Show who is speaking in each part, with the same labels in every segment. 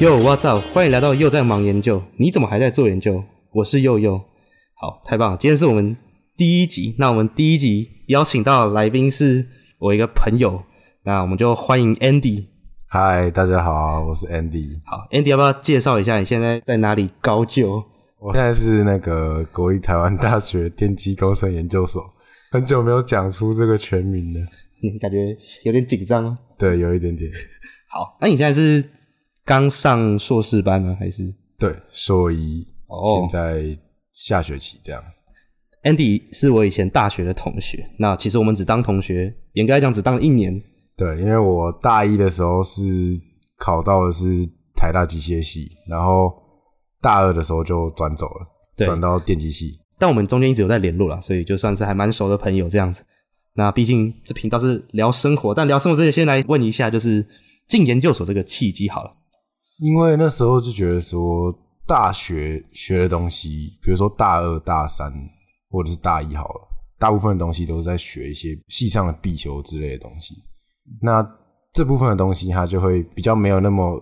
Speaker 1: 哟，我操！欢迎来到又在忙研究。你怎么还在做研究？我是佑佑。好，太棒了！今天是我们第一集。那我们第一集邀请到的来宾是我一个朋友，那我们就欢迎 Andy。
Speaker 2: 嗨，大家好，我是 Andy。
Speaker 1: 好，Andy 要不要介绍一下你现在在哪里高就？
Speaker 2: 我现在是那个国立台湾大学电机工程研究所，很久没有讲出这个全名了。
Speaker 1: 你感觉有点紧张哦。
Speaker 2: 对，有一点点。
Speaker 1: 好，那你现在是刚上硕士班吗？还是
Speaker 2: 对，硕一，
Speaker 1: 哦
Speaker 2: 现在下学期这样。
Speaker 1: Andy 是我以前大学的同学？那其实我们只当同学，严格来讲只当一年。
Speaker 2: 对，因为我大一的时候是考到的是台大机械系，然后大二的时候就转走了，
Speaker 1: 对
Speaker 2: 转到电机系。
Speaker 1: 但我们中间一直有在联络啦，所以就算是还蛮熟的朋友这样子。那毕竟这频道是聊生活，但聊生活之前先来问一下，就是进研究所这个契机好了。
Speaker 2: 因为那时候就觉得说，大学学的东西，比如说大二、大三或者是大一好了，大部分的东西都是在学一些系上的必修之类的东西。那这部分的东西，它就会比较没有那么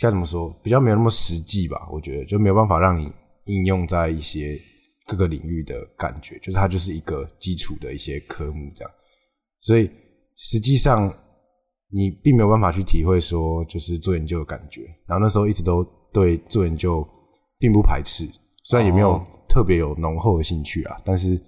Speaker 2: 该怎么说，比较没有那么实际吧。我觉得就没有办法让你应用在一些各个领域的感觉，就是它就是一个基础的一些科目这样。所以实际上你并没有办法去体会说就是做研究的感觉。然后那时候一直都对做研究并不排斥，虽然也没有
Speaker 1: 哦
Speaker 2: 特别有浓厚的兴趣啊，但是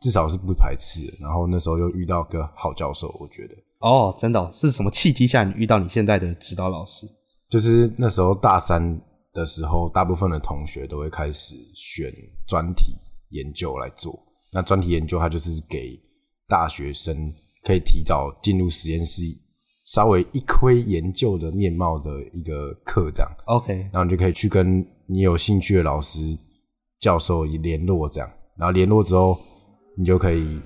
Speaker 2: 至少是不排斥的。然后那时候又遇到个好教授，我觉得
Speaker 1: 哦，真的哦、是什么契机下你遇到你现在的指导老师？
Speaker 2: 就是那时候大三的时候，大部分的同学都会开始选专题研究来做。那专题研究它就是给大学生可以提早进入实验室，稍微一窥研究的面貌的一个课，这样。
Speaker 1: OK，
Speaker 2: 然后你就可以去跟你有兴趣的老师、教授一联络，这样，然后联络之后，你就可以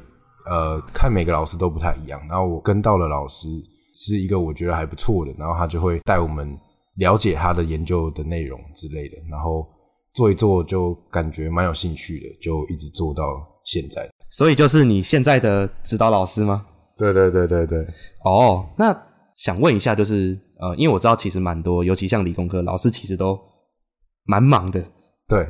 Speaker 2: 呃看每个老师都不太一样。然后我跟到的老师是一个我觉得还不错的，然后他就会带我们了解他的研究的内容之类的，然后做一做就感觉蛮有兴趣的，就一直做到现在。
Speaker 1: 所以哦就是你现在的指导老师吗？
Speaker 2: 对对对对对，
Speaker 1: 哦，那想问一下，就是呃，因为我知道其实蛮多，尤其像理工科老师其实都蛮忙的。
Speaker 2: 对，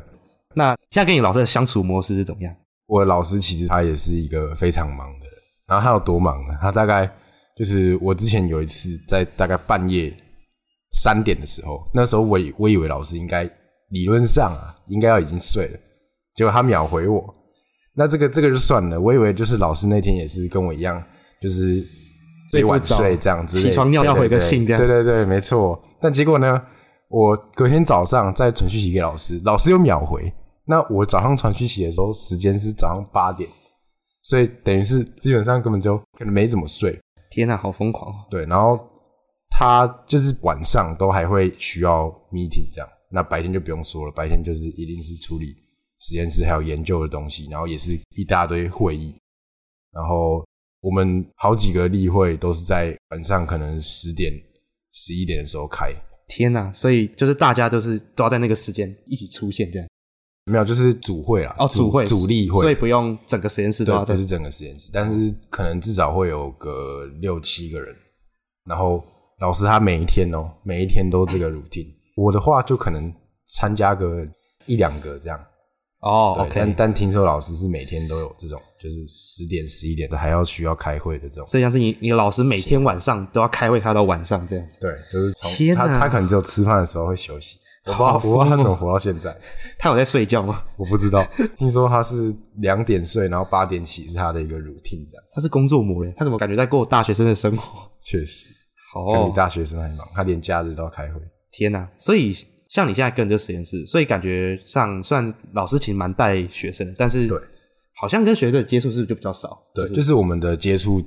Speaker 1: 那现在跟你老师的相处模式是怎么样？
Speaker 2: 我的老师其实他也是一个非常忙的人，然后他有多忙呢？他大概就是我之前有一次在大概半夜三点的时候，那时候我以我以为老师应该理论上啊应该要已经睡了，结果他秒回我，那这个这个就算了，我以为就是老师那天也是跟我一样，就是
Speaker 1: 睡不
Speaker 2: 晚
Speaker 1: 着
Speaker 2: 睡这样子，
Speaker 1: 起床尿尿回个信这样
Speaker 2: 对对对，没错。但结果呢，我隔天早上再传讯息给老师，老师又秒回。那我早上传讯息的时候，时间是早上八点，所以等于是基本上根本就可能没怎么睡。
Speaker 1: 天呐、好疯狂哦！
Speaker 2: 对，然后他就是晚上都还会需要 meeting 这样，那白天就不用说了，白天就是一定是处理实验室还有研究的东西，然后也是一大堆会议，然后我们好几个例会都是在晚上可能十点、十一点的时候开，
Speaker 1: 天呐、所以就是大家都是都要在那个时间一起出现这样。
Speaker 2: 没有就是组会啦，
Speaker 1: 哦，组会
Speaker 2: 主力会，
Speaker 1: 所以不用整个实验室都要
Speaker 2: 对，
Speaker 1: 在
Speaker 2: 这。是整个实验室，但是可能至少会有个六七个人。然后老师他每一天哦，每一天都这个 routine。我的话就可能参加个一两个这样。
Speaker 1: 哦
Speaker 2: 对但
Speaker 1: ，OK。
Speaker 2: 但听说老师是每天都有这种，就是十点十一点还要需要开会的这种。
Speaker 1: 所以像是你，你的老师每天晚上都要开会开到晚上这样子，
Speaker 2: 对，就是从
Speaker 1: 天
Speaker 2: 他
Speaker 1: 哪
Speaker 2: 他可能只有吃饭的时候会休息。我不知
Speaker 1: 好
Speaker 2: 道，我不知道他
Speaker 1: 疯哦
Speaker 2: 怎么活到现在，
Speaker 1: 他有在睡觉吗？
Speaker 2: 我不知道。听说他是两点睡，然后八点起是他的一个 routine 这样。
Speaker 1: 他是工作魔人，他怎么感觉在过大学生的生 活？
Speaker 2: 确实，可
Speaker 1: 哦
Speaker 2: 比，大学生还忙，他连假日都要开会。
Speaker 1: 天呐、所以像你现在跟这个实验室，所以感觉上虽然老师其实蛮带学生的，但是
Speaker 2: 对，
Speaker 1: 好像跟学生的接触是不是就比较少？
Speaker 2: 对，
Speaker 1: 就是
Speaker 2: 就是我们的接触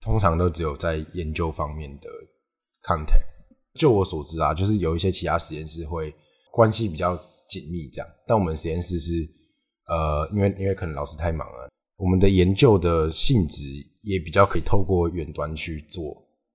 Speaker 2: 通常都只有在研究方面的 contact。就我所知啊，就是有一些其他实验室会关系比较紧密这样，但我们实验室是呃，因为因为可能老师太忙了，我们的研究的性质也比较可以透过远端去做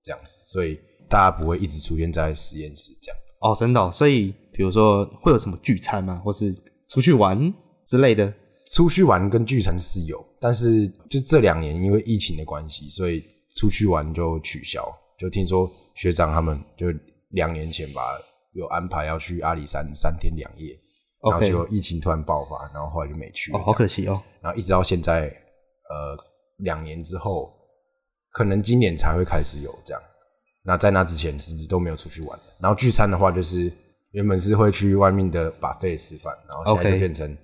Speaker 2: 这样子，所以大家不会一直出现在实验室这样。
Speaker 1: 哦，真的哦、所以比如说会有什么聚餐吗，或是出去玩之类的？
Speaker 2: 出去玩跟聚餐是有，但是就这两年因为疫情的关系，所以出去玩就取消。就听说学长他们就两年前把有安排要去阿里山三天两夜，然后
Speaker 1: OK
Speaker 2: 结果疫情突然爆发，然后后来就没去了
Speaker 1: 哦，好可惜哦。
Speaker 2: 然后一直到现在，呃，两年之后，可能今年才会开始有这样。那在那之前是都没有出去玩的。然后聚餐的话，就是原本是会去外面的 buffet 吃饭，然后现在
Speaker 1: OK
Speaker 2: 就变成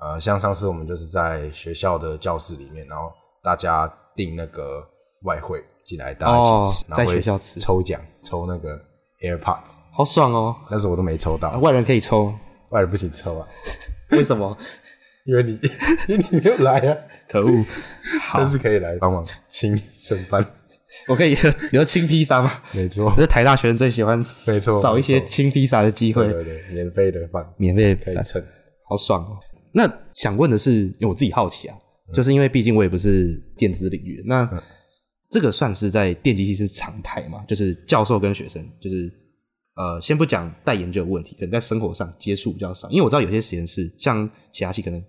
Speaker 2: 呃，像上次我们就是在学校的教室里面，然后大家订那个外汇进来，大家一起吃，
Speaker 1: 哦
Speaker 2: 然后
Speaker 1: 在
Speaker 2: 会
Speaker 1: 学校吃
Speaker 2: 抽奖抽那个 AirPods，
Speaker 1: 好爽哦！
Speaker 2: 但是我都没抽到，
Speaker 1: 外人可以抽，
Speaker 2: 外人不行抽啊，
Speaker 1: 为什么？
Speaker 2: 因为你 因为你没有来啊。
Speaker 1: 可恶！
Speaker 2: 但是可以来帮忙清审班，
Speaker 1: 我可以 有有轻披萨吗？
Speaker 2: 没错
Speaker 1: 这，是台大学生最喜欢
Speaker 2: 没错，
Speaker 1: 找一些
Speaker 2: 没错
Speaker 1: 轻披萨的机
Speaker 2: 对
Speaker 1: 会，
Speaker 2: 对对，免费的饭
Speaker 1: 免费
Speaker 2: 可以蹭，
Speaker 1: 好爽哦。那想问的是，因为我自己好奇啊，
Speaker 2: 嗯
Speaker 1: 就是因为毕竟我也不是电子领域，那这个算是在电机系是常态嘛？就是教授跟学生，就是呃，先不讲带研究的问题，可能在生活上接触比较少，因为我知道有些实验室像其他系可能。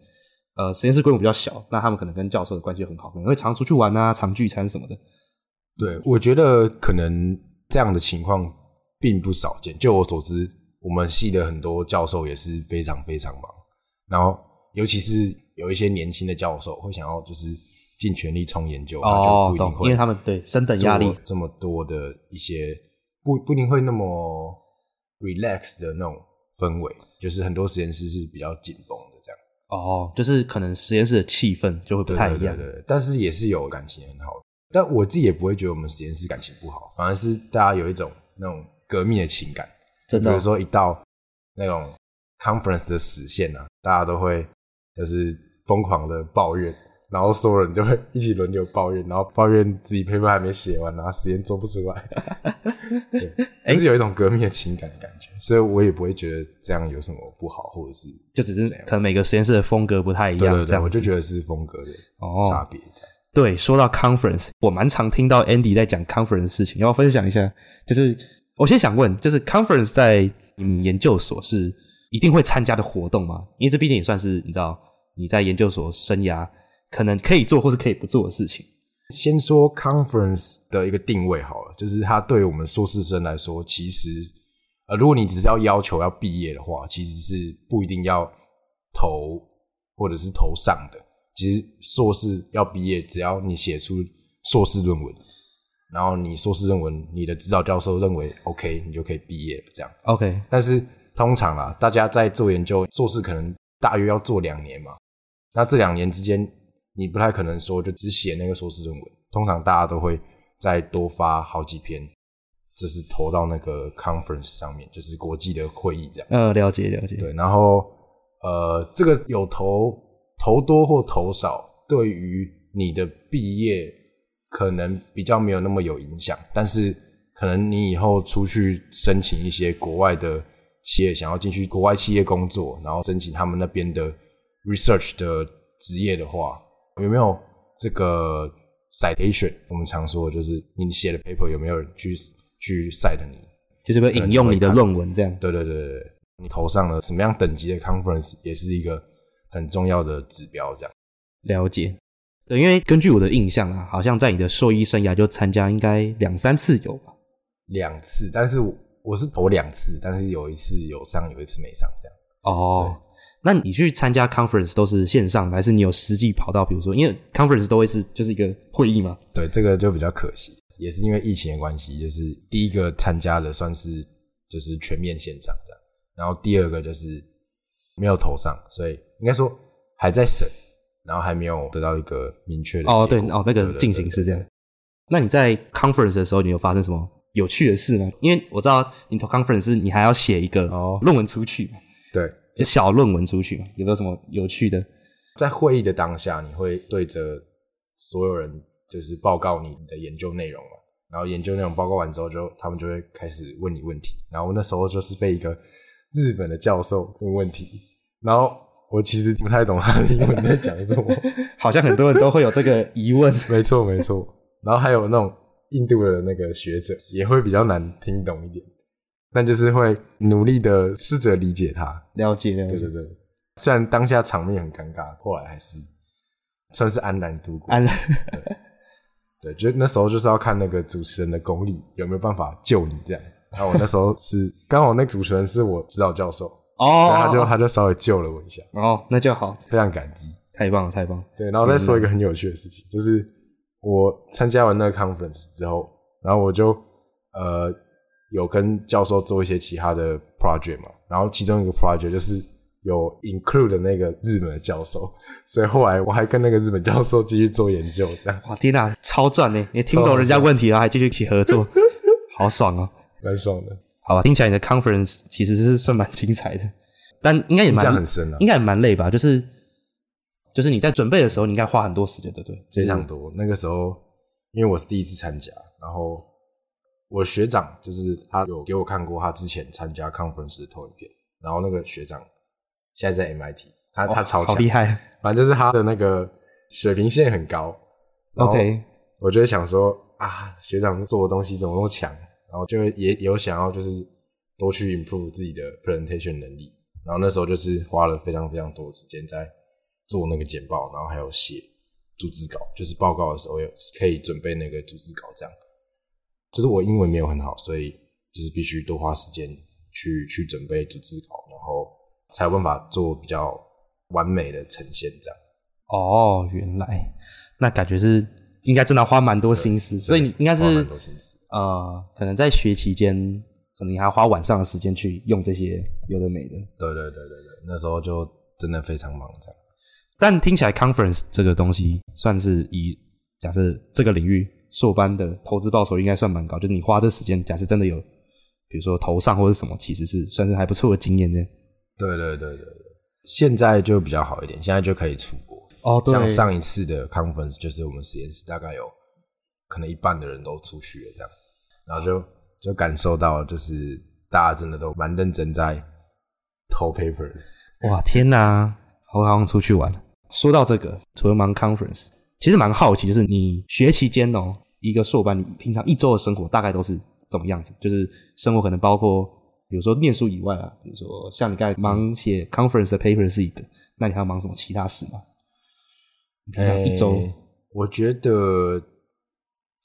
Speaker 1: 呃，实验室规模比较小，那他们可能跟教授的关系很好，可能会常出去玩啊，常聚餐什么的。
Speaker 2: 对，我觉得可能这样的情况并不少见。就我所知，我们系的很多教授也是非常非常忙，然后尤其是有一些年轻的教授会想要就是尽全力冲研究，他就不一定
Speaker 1: 哦懂，
Speaker 2: 会，
Speaker 1: 因为他们对升等压力，
Speaker 2: 这么多的一些不不一定会那么 relax 的那种氛围，就是很多实验室是比较紧绷的这样。
Speaker 1: 哦，就是可能实验室的气氛就会不
Speaker 2: 对
Speaker 1: 太
Speaker 2: 对
Speaker 1: 一样
Speaker 2: 对。对对但是也是有感情很好的。但我自己也不会觉得我们实验室感情不好，反而是大家有一种那种革命的情感。
Speaker 1: 真的
Speaker 2: 比
Speaker 1: 哦
Speaker 2: 如说一到那种 conference 的时限啊，大家都会就是疯狂的抱怨，然后所有人就会一起轮流抱怨，然后抱怨自己 paper 还没写完，然后实验做不出来。 对，就是有一种革命的情感的感觉，所以我也不会觉得这样有什么不好，或者是
Speaker 1: 就只是可能每个实验室的风格不太一
Speaker 2: 对
Speaker 1: 样，
Speaker 2: 对
Speaker 1: 这
Speaker 2: 对，
Speaker 1: 样
Speaker 2: 我就
Speaker 1: 子
Speaker 2: 觉得是风格的
Speaker 1: 哦
Speaker 2: 差别这样。
Speaker 1: 对，说到 conference，我蛮常听到 Andy 在讲 conference 的事情，要不要分享一下。就是我先想问，就是 conference 在你们研究所是一定会参加的活动吗？因为这毕竟也算是你知道你在研究所生涯可能可以做或是可以不做的事情。
Speaker 2: 先说 conference 的一个定位好了，就是它对于我们硕士生来说，其实呃，如果你只是要要求要毕业的话，其实是不一定要投或者是投上的。其实硕士要毕业，只要你写出硕士论文，然后你硕士论文你的指导教授认为 OK，你就可以毕业了。这样，
Speaker 1: OK，
Speaker 2: 但是通常啦，大家在做研究，硕士可能大约要做两年嘛。那这两年之间，你不太可能说就只写那个硕士论文。通常大家都会再多发好几篇，就是投到那个 conference 上面，就是国际的会议这样。
Speaker 1: 呃，了解了解。
Speaker 2: 对，然后呃，这个有投投多或投少，对于你的毕业可能比较没有那么有影响，但是可能你以后出去申请一些国外的企业，想要进去国外企业工作，然后申请他们那边的 research 的职业的话，有没有这个 citation？我们常说就是你写的 paper 有没有人去去 cite 你？
Speaker 1: 就是会引用你的论文这样。
Speaker 2: 对对对对，对你投上了什么样等级的 conference 也是一个很重要的指标。这样，
Speaker 1: 了解。对，因为根据我的印象啊，好像在你的兽医生涯就参加应该两三次有吧。
Speaker 2: 两次，但是我我是投两次，但是有一次有上，有一次没上，这样。
Speaker 1: 哦，那你去参加 conference 都是线上的，还是你有实际跑到，比如说，因为 conference 都会是就是一个会议嘛？
Speaker 2: 对，这个就比较可惜，也是因为疫情的关系，就是第一个参加的算是就是全面线上这样，然后第二个就是没有投上，所以应该说还在审，然后还没有得到一个明确的
Speaker 1: 哦，
Speaker 2: 结
Speaker 1: 对，
Speaker 2: 果
Speaker 1: 哦，那个进行是这样。那你在 conference 的时候，你有发生什么有趣的事吗？因为我知道你投 conference 是你还要写一个
Speaker 2: 哦
Speaker 1: 论文出去嘛，
Speaker 2: 对对对对
Speaker 1: 就小论文出去嘛，有没有什么有趣的？
Speaker 2: 在会议的当下，你会对着所有人就是报告你的研究内容嘛，然后研究内容报告完之后就，他们就会开始问你问题。然后我那时候就是被一个日本的教授问问题，然后我其实听不太懂他的英文在讲什么。
Speaker 1: 好像很多人都会有这个疑问。
Speaker 2: 没错，没错。然后还有那种印度的那个学者也会比较难听懂一点，但就是会努力的试着理解他，
Speaker 1: 了解，了
Speaker 2: 对对
Speaker 1: 解，
Speaker 2: 对，虽然当下场面很尴尬，后来还是算是安然度过。
Speaker 1: 安然。
Speaker 2: 对，就那时候就是要看那个主持人的功力有没有办法救你这样。那我那时候是刚好那主持人是我指导教授，所以他就
Speaker 1: 哦，
Speaker 2: 他就稍微救了我一下，
Speaker 1: 哦，那就好，
Speaker 2: 非常感激。
Speaker 1: 太棒了，太棒了。
Speaker 2: 对，然后再说一个很有趣的事情，就是我参加完那个 conference 之后，然后我就呃有跟教授做一些其他的 project 嘛，然后其中一个 project 就是有 include 的那个日本的教授，所以后来我还跟那个日本教授继续做研究，这样
Speaker 1: 哇，天哪，超赚呢！也听懂人家问题了，还继续一起合作，好爽哦、
Speaker 2: 蛮爽的，
Speaker 1: 好吧，听起来你的 conference 其实是算蛮精彩的，但应该也
Speaker 2: 印
Speaker 1: 蛮
Speaker 2: 象很深啊
Speaker 1: 应，该也蛮累吧？就是就是你在准备的时候，你应该花很多时间，对不对？
Speaker 2: 非常多。那个时候因为我是第一次参加，然后我学长就是他有给我看过他之前参加 conference 的投影片，然后那个学长现在在 MIT，他、他超
Speaker 1: 哦好
Speaker 2: 强，
Speaker 1: 厉害。
Speaker 2: 反正就是他的那个水平线很高。然后
Speaker 1: OK，
Speaker 2: 我就会想说啊，学长做的东西怎么那么强，然后就会也也有想要就是多去 improve 自己的 presentation 能力。然后那时候就是花了非常非常多的时间在做那个简报，然后还有写组织稿，就是报告的时候有可以准备那个组织稿这样。就是我英文没有很好，所以就是必须多花时间去去准备组织稿，然后才有办法做比较完美的呈现这样。
Speaker 1: 哦，原来那感觉是应该真的花蛮多心思，所以你应该
Speaker 2: 花
Speaker 1: 是
Speaker 2: 蛮多心思
Speaker 1: 呃，可能在学期间，可能你还要花晚上的时间去用这些有的没的。
Speaker 2: 对对对对对，那时候就真的非常忙这样。
Speaker 1: 但听起来 conference 这个东西算是以假设这个领域硕班的投资报酬应该算蛮高，就是你花这时间，假设真的有，比如说投上或者什么，其实是算是还不错的经验这样。
Speaker 2: 对对对对对，现在就比较好一点，现在就可以出国。
Speaker 1: 哦
Speaker 2: 像上一次的 conference，就是我们实验室大概有可能一半的人都出去了这样，然后就就感受到就是大家真的都蛮认真在投 paper 的。
Speaker 1: 哇天哪，我好像出去玩了。说到这个，除了忙 conference，其实蛮好奇，就是你学期间哦，一个硕班，你平常一周的生活大概都是怎么样子？就是生活可能包括，比如说念书以外啊，比如说像你刚才忙写 conference 的 paper 是一个，那你还要忙什么其他事吗？你平常一周、
Speaker 2: 诶我觉得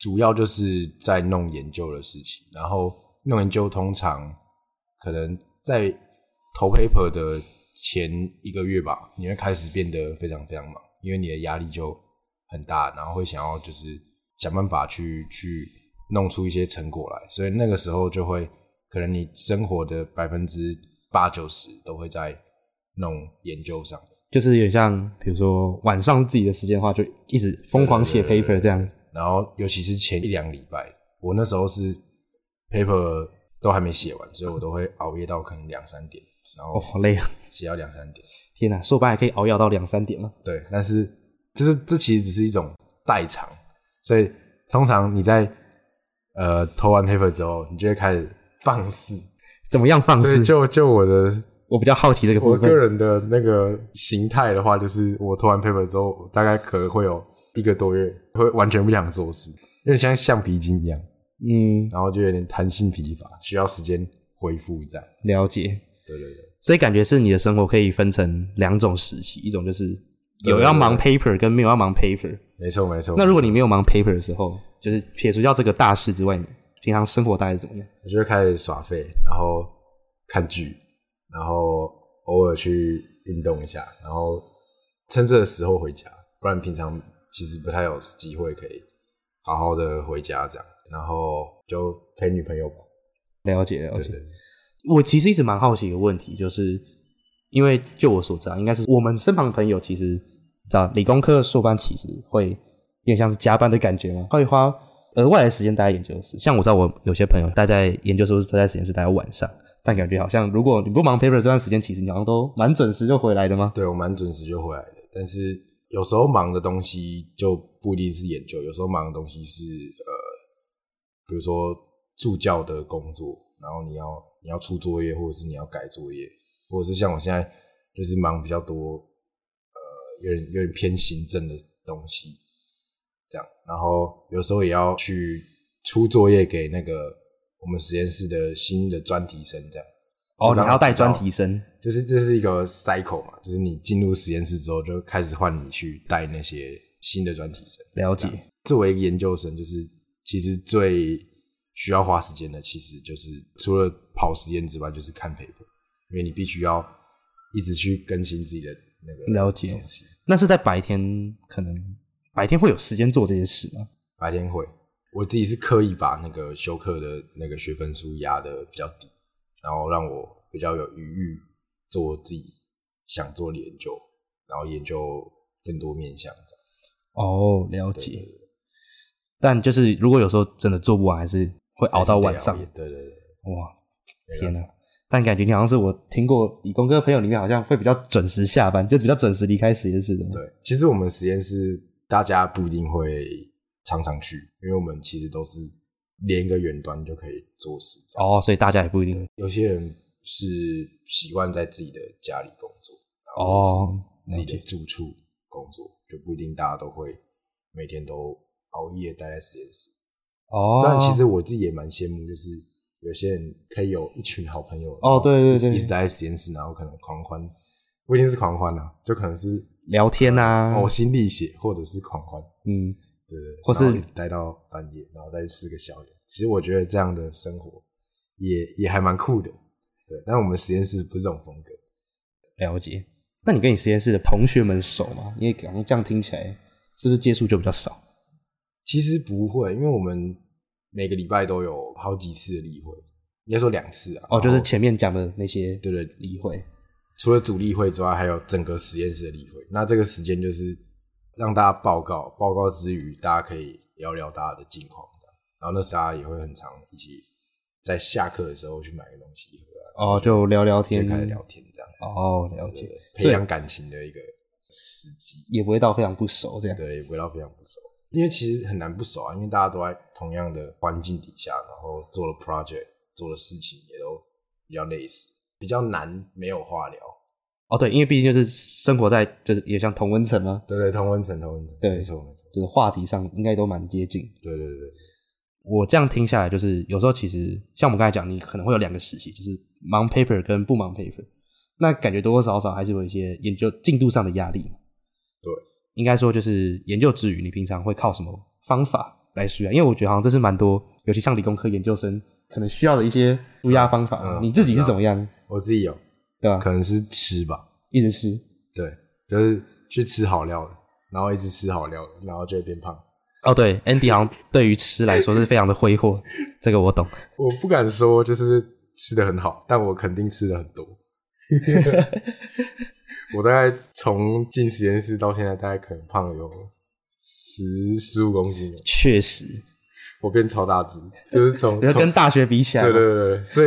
Speaker 2: 主要就是在弄研究的事情，然后弄研究通常可能在投 paper 的前一个月吧，你会开始变得非常非常忙，因为你的压力就很大，然后会想要就是想办法去去弄出一些成果来，所以那个时候就会可能你生活的百分之八九十都会在弄研究上。
Speaker 1: 就是有点像，比如说晚上自己的时间的话，就一直疯狂写 paper 这样。
Speaker 2: 然后尤其是前一两礼拜，我那时候是 paper 都还没写完，所以我都会熬夜到可能两三点，然
Speaker 1: 哦，
Speaker 2: 后
Speaker 1: 好累啊！
Speaker 2: 写到两三点。
Speaker 1: 天哪，硕班还可以熬夜到两三点吗？
Speaker 2: 对，但是就是这其实只是一种代偿，所以通常你在呃投完 paper 之后，你就会开始放肆。
Speaker 1: 怎么样放
Speaker 2: 所以
Speaker 1: 肆？
Speaker 2: 就就我的
Speaker 1: 我比较好奇这个部
Speaker 2: 我
Speaker 1: 分
Speaker 2: 个。人的那个形态的话，就是我投完 paper 之后，大概可能会有一个多月会完全不想做事，有点像橡皮筋一样。
Speaker 1: 嗯，
Speaker 2: 然后就有点弹性疲乏，需要时间恢复这样。
Speaker 1: 了解。
Speaker 2: 对对对，
Speaker 1: 所以感觉是你的生活可以分成两种时期，一种就是有
Speaker 2: 对
Speaker 1: 要忙 paper 跟没有要忙 paper。
Speaker 2: 没错没错。
Speaker 1: 那如果你没有忙 paper 的时候，就是撇除掉这个大事之外，你平常生活大概是怎么样？
Speaker 2: 我就会开始耍废，然后看剧，然后偶尔去运动一下，然后趁这个时候回家，不然平常其实不太有机会可以好好的回家这样。然后就陪女朋友吧。
Speaker 1: 了解了
Speaker 2: 对
Speaker 1: 解。
Speaker 2: 对对，
Speaker 1: 我其实一直蛮好奇一个问题，就是因为就我所知啊，应该是我们身旁的朋友，其实知道理工科的硕班其实会有点像是加班的感觉嘛，会花额外的时间待在研究室。像我知道我有些朋友待在研究室，待在实验室待到晚上，但感觉好像如果你不忙 paper 这段时间，其实你好像都蛮准时就回来的吗？
Speaker 2: 对我蛮准时就回来的，但是有时候忙的东西就不一定是研究，有时候忙的东西是呃，比如说助教的工作，然后你要你要出作业，或者是你要改作业，或者是像我现在就是忙比较多，呃，有点有点偏行政的东西，这样，然后有时候也要去出作业给那个我们实验室的新的专题生这样。
Speaker 1: 哦，你还要带专
Speaker 2: 题。
Speaker 1: 题生，
Speaker 2: 就是这是一个 cycle 嘛，就是你进入实验室之后，就开始换你去带那些新的专题生。
Speaker 1: 了解。
Speaker 2: 作为一个研究生，就是其实最需要花时间的，其实就是除了跑实验之外，就是看 paper，因为你必须要一直去更新自己的那个
Speaker 1: 了解
Speaker 2: 东西。
Speaker 1: 那是在白天，可能白天会有时间做这些事吗？
Speaker 2: 白天会，我自己是刻意把那个修课的那个学分数压的比较低，然后让我比较有余裕做自己想做的研究，然后研究更多面向这样。
Speaker 1: 哦，了解。但就是如果有时候真的做不完，还是会熬到晚上
Speaker 2: 还。是得熬夜啊对对对，
Speaker 1: 哇，天哪、但感觉你好像是我听过理工科朋友里面，好像会比较准时下班，就比较准时离开实验室的。
Speaker 2: 对，其实我们实验室大家不一定会常常去，因为我们其实都是连一个远端就可以做事。哦，
Speaker 1: 哦，所以大家也不一定
Speaker 2: 有些人是习惯在自己的家里工作，然后
Speaker 1: 哦。
Speaker 2: 是自己的住处工作，就不一定大家都会每天都熬夜待在实验室。
Speaker 1: 哦，
Speaker 2: 但其实我自己也蛮羡慕，就是有些人可以有一群好朋友
Speaker 1: 哦对对对
Speaker 2: 一直待在实验室，然后可能狂欢，不一定是狂欢啊，就可能是
Speaker 1: 聊天啊，
Speaker 2: 呕心沥血，或者是狂欢，
Speaker 1: 嗯，
Speaker 2: 对对对，
Speaker 1: 或是
Speaker 2: 然后一直待到半夜，然后再去吃个宵夜。其实我觉得这样的生活也也还蛮酷的，对。但我们实验室不是这种风格，
Speaker 1: 了解。那你跟你实验室的同学们熟吗？因为刚刚这样听起来，是不是接触就比较少？
Speaker 2: 其实不会，因为我们每个礼拜都有好几次的例会，应该说两次啊。
Speaker 1: 哦，就
Speaker 2: 然
Speaker 1: 是
Speaker 2: 后
Speaker 1: 前面讲的那些
Speaker 2: 对对
Speaker 1: 例会。
Speaker 2: 除了主例会之外，还有整个实验室的例会。那这个时间就是让大家报告，报告之余，大家可以聊聊大家的近况，这样。然后那时候大家也会很常一起在下课的时候去买个东西喝啊，
Speaker 1: 哦，就聊聊天
Speaker 2: 就，开始聊天这样。
Speaker 1: 哦，了
Speaker 2: 对
Speaker 1: 解
Speaker 2: 对，
Speaker 1: 所
Speaker 2: 培
Speaker 1: 以
Speaker 2: 养感情的一个时机。
Speaker 1: 也不会到非常不熟这样。
Speaker 2: 对，味道非常不熟，因为其实很难不熟啊，因为大家都在同样的环境底下，然后做了 project，做的事情也都比较类似，比较难没有话聊。
Speaker 1: 哦，对，因为毕竟就是生活在就是也像同温层嘛，
Speaker 2: 对对，同温层，同温层，
Speaker 1: 对
Speaker 2: 没错没错，
Speaker 1: 就是话题上应该都蛮接近。
Speaker 2: 对对对，
Speaker 1: 我这样听下来，就是有时候其实像我们刚才讲，你可能会有两个时期，就是忙 paper 跟不忙 paper，那感觉多多少少还是有一些研究进度上的压力嘛。
Speaker 2: 对，
Speaker 1: 应该说就是研究之余，你平常会靠什么方法来舒压？因为我觉得好像这是蛮多，尤其像理工科研究生可能需要的一些舒压方法。
Speaker 2: 嗯
Speaker 1: 你自己是怎么样，
Speaker 2: 我自己有，
Speaker 1: 对吧、
Speaker 2: 可能是吃吧，
Speaker 1: 一直吃
Speaker 2: 对，就是去吃好料的，然后一直吃好料的，然后就会变胖。
Speaker 1: 哦，对，Andy 好像对于吃来说是非常的挥霍，这个我懂。
Speaker 2: 我不敢说就是吃的很好，但我肯定吃的很 多。我大概从进实验室到现在，大概可能胖了有十十五公斤了，
Speaker 1: 确实，
Speaker 2: 我变超大只，就是从
Speaker 1: 你说
Speaker 2: 从
Speaker 1: 跟大学比起来嘛，
Speaker 2: 对对对对，所以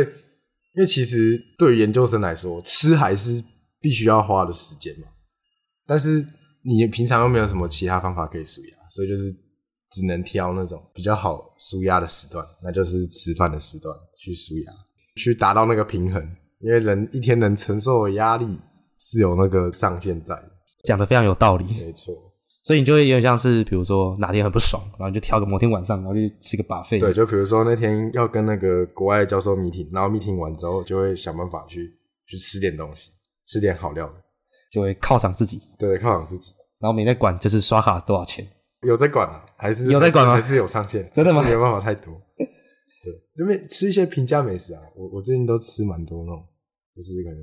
Speaker 2: 因为其实对于研究生来说，吃还是必须要花的时间嘛，但是你平常又没有什么其他方法可以舒压，所以就是只能挑那种比较好舒压的时段，那就是吃饭的时段去舒压，去达到那个平衡，因为人一天能承受的压力是有那个上限在的，
Speaker 1: 讲的非常有道理。
Speaker 2: 没错。
Speaker 1: 所以你就会有点像是，比如说哪天很不爽，然后你就挑个某天晚上，然后就吃个 buffet。
Speaker 2: 对，，就比如说那天要跟那个国外的教授 meeting，然后 meeting 完之后就会想办法去去吃点东西，吃点好料的。
Speaker 1: 就会犒赏自己，
Speaker 2: 对，犒赏自己。
Speaker 1: 然后没在管就是刷卡多少钱。
Speaker 2: 有在管啊，还是
Speaker 1: 有在管吗
Speaker 2: 还是还是有上限，
Speaker 1: 真的吗
Speaker 2: 还是没有办法太多。对，因为吃一些平价美食啊，我我最近都吃蛮多那种，就是可能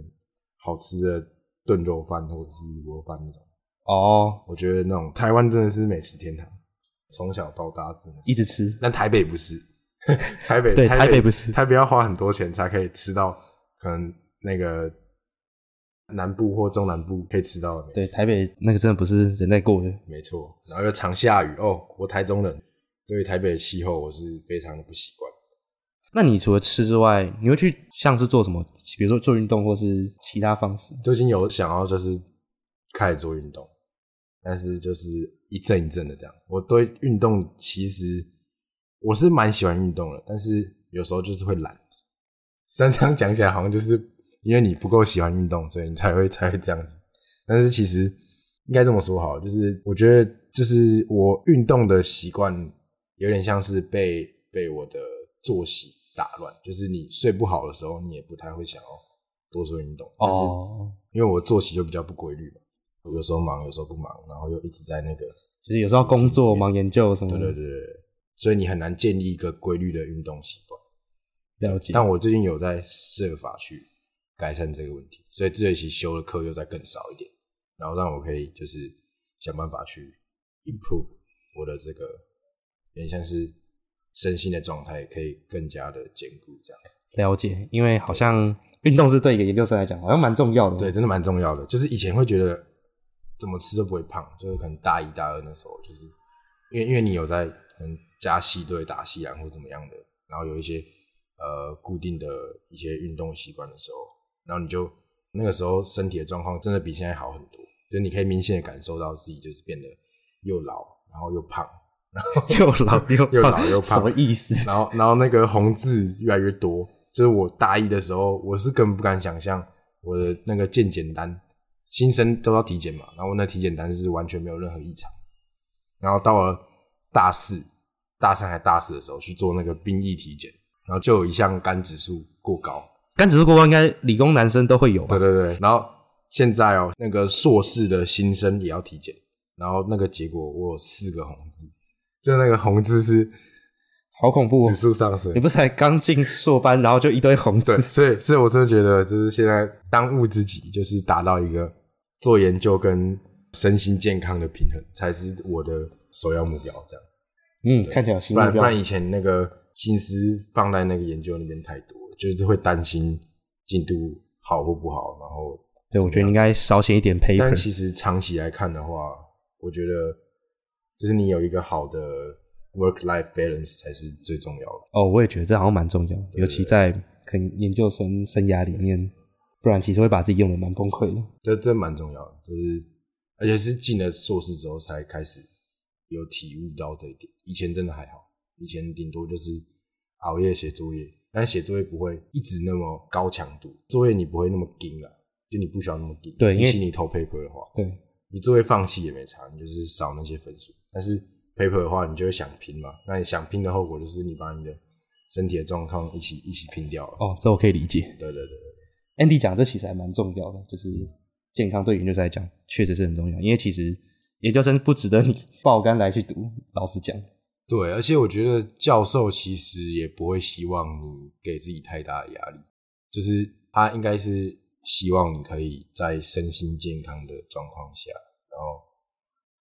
Speaker 2: 好吃的炖肉饭或者是卤肉饭那种。
Speaker 1: 哦，
Speaker 2: 我觉得那种台湾真的是美食天堂，从小到大真的是
Speaker 1: 一直吃，
Speaker 2: 但台北不是，台北
Speaker 1: 对
Speaker 2: 台
Speaker 1: 台北不是
Speaker 2: 台北要花很多钱才可以吃到，可能那个南部或中南部可以吃到的美
Speaker 1: 对，
Speaker 2: 食。
Speaker 1: 台北那个真的不是人在过的。
Speaker 2: 没错，然后又常下雨哦。我台中人，对于台北的气候我是非常的不习惯。
Speaker 1: 那你除了吃之外，你会去像是做什么？比如说做运动，或是其他方式？
Speaker 2: 最近有想要就是开始做运动，但是就是一阵一阵的这样。我对运动其实我是蛮喜欢运动的，但是有时候就是会懒。虽然这样讲起来好像就是因为你不够喜欢运动，所以你才会才会这样子。但是其实应该这么说好了，就是我觉得就是我运动的习惯有点像是被被我的作息打乱，就是你睡不好的时候，你也不太会想要多做运动。但是
Speaker 1: 哦，
Speaker 2: 因为我作息就比较不规律嘛，有时候忙，有时候不忙，然后又一直在那个，
Speaker 1: 就是有时候要工作、忙研究什么
Speaker 2: 对
Speaker 1: 的。
Speaker 2: 对对对，对所以你很难建立一个规律的运动习惯。
Speaker 1: 了解。
Speaker 2: 但我最近有在设法去改善这个问题，所以这学期修的课又再更少一点，然后让我可以就是想办法去 improve 我的这个，有点像是身心的状态可以更加的坚固这样。
Speaker 1: 了解，因为好像运动是对一个研究生来讲好像蛮重要的。
Speaker 2: 对，，真的蛮重要的。就是以前会觉得怎么吃都不会胖，就是可能大一大二那时候，就是因为因为你有在可能加系队打系篮或怎么样的，然后有一些呃固定的一些运动习惯的时候，然后你就那个时候身体的状况真的比现在好很多，就是你可以明显的感受到自己就是变得又老，然后又胖，
Speaker 1: 又老又胖
Speaker 2: 又老又胖
Speaker 1: 什么意思？
Speaker 2: 然后然后那个红字越来越多，就是我大一的时候，我是根本不敢想象我的那个健检单，新生都要体检嘛，然后我那体检单是完全没有任何异常，然后到了大四、大三还大四的时候去做那个兵役体检，然后就有一项肝指数过高，
Speaker 1: 肝指数过高应该理工男生都会有吧
Speaker 2: 对？对对，然后现在哦，那个硕士的新生也要体检，然后那个结果我有四个红字，就那个红字是
Speaker 1: 好恐怖、哦
Speaker 2: 指！数上升
Speaker 1: 你，不是才刚进硕班，然后就一堆红 字
Speaker 2: 对，？所以所以我真的觉得，就是现在当务之急就是达到一个做研究跟身心健康的平衡，才是我的首要目标。这样，
Speaker 1: 嗯，看起来有新
Speaker 2: 不
Speaker 1: 目
Speaker 2: 然不
Speaker 1: 标。
Speaker 2: 然以前那个心思放在那个研究那边太多，就是会担心进度好或不好。然后，
Speaker 1: 对，我觉得你应该少写一点
Speaker 2: 但
Speaker 1: paper。
Speaker 2: 其实长期来看的话，我觉得就是你有一个好的 work life balance 才是最重要的。
Speaker 1: 哦，我也觉得这好像蛮重要的，尤其在可能研究生生涯里面，不然其实会把自己用的蛮崩溃的。
Speaker 2: 这真蛮重要的，就是而且是进了硕士之后才开始有体悟到这一点。以前真的还好，以前顶多就是熬夜写作业，但写作业不会一直那么高强度，作业你不会那么紧了，就你不需要那么紧。
Speaker 1: 对因为
Speaker 2: 比起你投 paper 的话，
Speaker 1: 对，
Speaker 2: 你作业放弃也没差，你就是少那些分数。但是 paper 的话，你就会想拼嘛，那你想拼的后果就是你把你的身体的状况一起一起拼掉了。
Speaker 1: 哦，这我可以理解。
Speaker 2: 对对对对。
Speaker 1: Andy 讲这其实还蛮重要的，就是健康对研究生来讲确实是很重要，因为其实研究生不值得你爆肝来去读。老实讲，
Speaker 2: 对，而且我觉得教授其实也不会希望你给自己太大的压力，就是他应该是希望你可以在身心健康的状况下，然后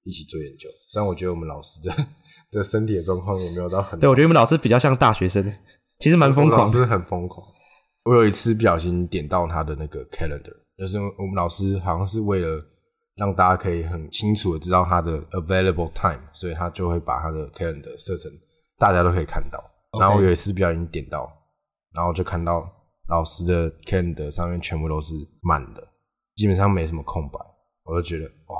Speaker 2: 一起做研究。虽然我觉得我们老师的 的身体的状况也没有到很，
Speaker 1: 对我觉得你们老师比较像大学生，其实蛮疯
Speaker 2: 我们
Speaker 1: 狂
Speaker 2: 老
Speaker 1: 的。
Speaker 2: 师很疯狂。我有一次不小心点到他的那个 calendar，就是我们老师好像是为了让大家可以很清楚的知道他的 available time，所以他就会把他的 calendar 设成大家都可以看到。
Speaker 1: OK
Speaker 2: 然后我有一次不小心点到，然后就看到老师的 calendar 上面全部都是满的，基本上没什么空白。我就觉得哇，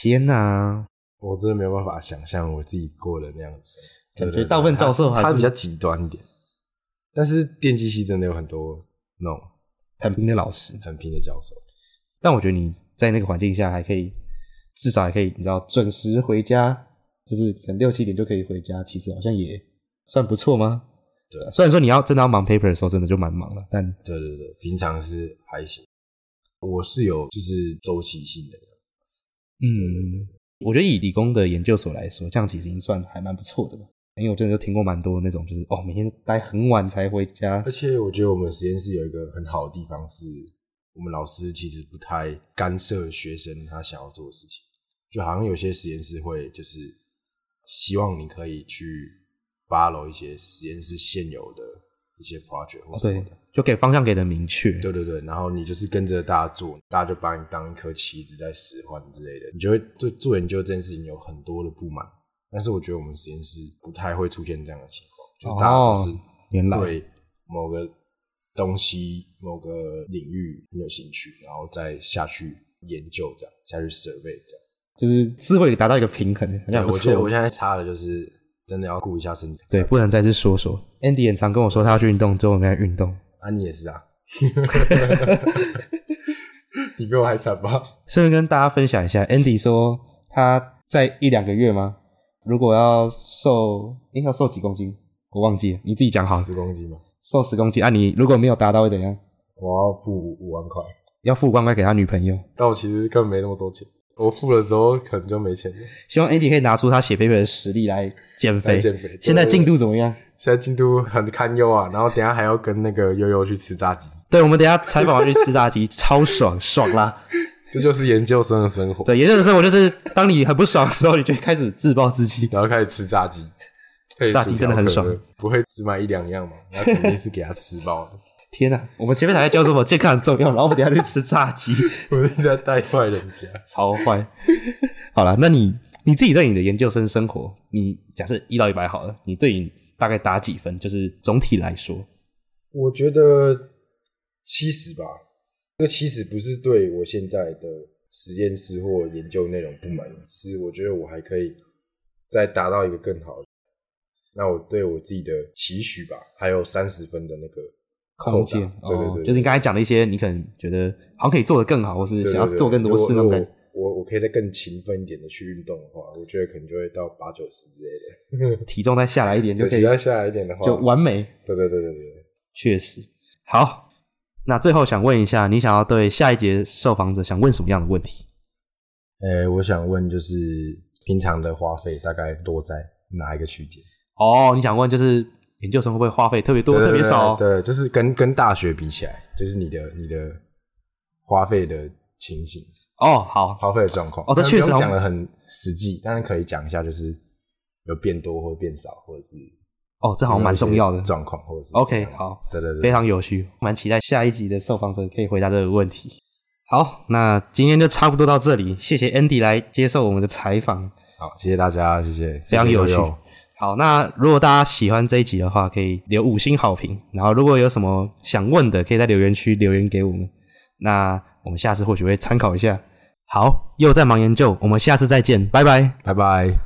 Speaker 1: 天哪、
Speaker 2: 我真的没有办法想象我自己过的那样子生活。
Speaker 1: 感觉大部分教授还
Speaker 2: 他
Speaker 1: 是
Speaker 2: 他比较极端一点，但是电机系真的有很多那种
Speaker 1: 很拼的老师。
Speaker 2: 很拼的教授。
Speaker 1: 但我觉得你在那个环境下还可以，至少还可以，你知道准时回家，就是可能六七点就可以回家，其实好像也算不错吗？
Speaker 2: 对
Speaker 1: 虽然说你要真的要忙 paper 的时候，真的就蛮忙了，但
Speaker 2: 对对对，平常是还行。我是有就是周期性的，
Speaker 1: 嗯，我觉得以理工的研究所来说，这样其实已经算还蛮不错的了。因为我真的就听过蛮多那种，就是哦，每天待很晚才回家
Speaker 2: 而，且我觉得我们实验室有一个很好的地方是，我们老师其实不太干涉学生他想要做的事情，就好像有些实验室会就是希望你可以去 follow 一些实验室现有的一些 project 或
Speaker 1: 哦
Speaker 2: 什么
Speaker 1: 对
Speaker 2: 的。，
Speaker 1: 就给方向给的明确，
Speaker 2: 对对对，然后你就是跟着大家做，大家就把你当一颗棋子在使唤之类的，你就会对做研究这件事情有很多的不满。但是我觉得我们实验室不太会出现这样的情况，就是大家都是、
Speaker 1: 哦原来
Speaker 2: 对某个东西、某个领域很有兴趣，然后再下去研究这样，下去 survey 这样。
Speaker 1: 就是智慧达到一个平衡，好像
Speaker 2: 对，
Speaker 1: 还不
Speaker 2: 我觉得我
Speaker 1: 错。
Speaker 2: 现在差的就是真的要顾一下身体。
Speaker 1: 对，不能再是说说。Andy 很常跟我说他要去运动，之后我们要运动。
Speaker 2: 啊，你也是 啊， 你比我还惨吧？
Speaker 1: 顺便跟大家分享一下，Andy 说他在一两个月吗？如果要瘦，诶、要瘦几公斤？我忘记了，你自己讲好了。
Speaker 2: 十公斤吧，
Speaker 1: 瘦十公斤啊！你如果没有达到会怎样？
Speaker 2: 我要付五万块。
Speaker 1: 要付五万块给他女朋友。
Speaker 2: 但我其实根本没那么多钱，
Speaker 3: 我付了之后可能就没钱了。
Speaker 1: 希望 Andy 可以拿出他写 paper 的实力来减肥。
Speaker 3: 来减肥对
Speaker 1: 现在进度怎么样？
Speaker 3: 现在进度很堪忧啊，然后等一下还要跟那个悠悠去吃炸鸡，
Speaker 1: 对，我们等一下采访完去吃炸鸡，超爽，爽啦！
Speaker 3: 这就是研究生的生活。
Speaker 1: 对，也就是我就是当你很不爽的时候，你就开始自暴自弃。
Speaker 3: 然后开始吃炸鸡，配
Speaker 1: 炸鸡
Speaker 3: 薯条
Speaker 1: 真的很
Speaker 3: 可乐
Speaker 1: 爽，
Speaker 3: 不会只买一两样嘛，那肯定是给他吃饱的。
Speaker 1: 天哪、我们前面还在教授我健康很重要，然后我们等一下去吃炸 鸡，
Speaker 3: 我是在带坏人家。
Speaker 1: 超坏。好了，那你你自己对你的研究生生活，你假设一到一百好了，你对你大概打几分？就是总体来说，
Speaker 2: 我觉得七十吧，这个七十不是对我现在的实验室或研究内容不满意，是我觉得我还可以再达到一个更好的。那我对我自己的期许吧，还有三十分的那个
Speaker 1: 空
Speaker 2: 扣打
Speaker 1: 间，
Speaker 2: 对对
Speaker 1: 哦
Speaker 2: 对，
Speaker 1: 就是你刚才讲的一些，你可能觉得好像可以做得更好，或是
Speaker 2: 对
Speaker 1: 想要做更多事那种感觉。。
Speaker 2: 我我我可以再更勤奋一点的去运动的话，我觉得可能就会到八九十之类的。
Speaker 1: 体重再下来一点就
Speaker 2: 对，
Speaker 1: 可
Speaker 2: 其
Speaker 1: 以，
Speaker 2: 他下来一点的话，
Speaker 1: 就完美。
Speaker 2: 对对对对对，
Speaker 1: 确实，好。那最后想问一下，你想要对下一节受访者想问什么样的问题？
Speaker 2: 呃、我想问就是平常的花费大概落在哪一个区间？
Speaker 1: 哦，你想问就是研究生会不会花费特别多、
Speaker 2: 对
Speaker 1: 特别少？哦
Speaker 2: 对，对就是跟跟大学比起来，就是你的你的花费的情形，
Speaker 1: 哦，好，
Speaker 2: 花费的状况。
Speaker 1: 哦这
Speaker 2: 但
Speaker 1: 确实
Speaker 2: 不
Speaker 1: 好
Speaker 2: 用
Speaker 1: 像
Speaker 2: 讲的很实际，但是可以讲一下，就是有变多或变少，或者是
Speaker 1: 哦，这好像蛮重要的
Speaker 2: 有没有一些，状况，或者是
Speaker 1: OK，
Speaker 2: 怎样
Speaker 1: 好，
Speaker 2: 对对对，
Speaker 1: 非常有趣，蛮期待下一集的受访者可以回答这个问题。好，那今天就差不多到这里，谢谢 Andy 来接受我们的采访。
Speaker 2: 好，谢谢大家，谢谢，
Speaker 1: 非常有趣
Speaker 2: 谢谢悠悠
Speaker 1: 好，那如果大家喜欢这一集的话，可以留五星好评。然后如果有什么想问的，可以在留言区留言给我们。那我们下次或许会参考一下。好，又在忙研究，我们下次再见，拜拜。
Speaker 2: 拜拜。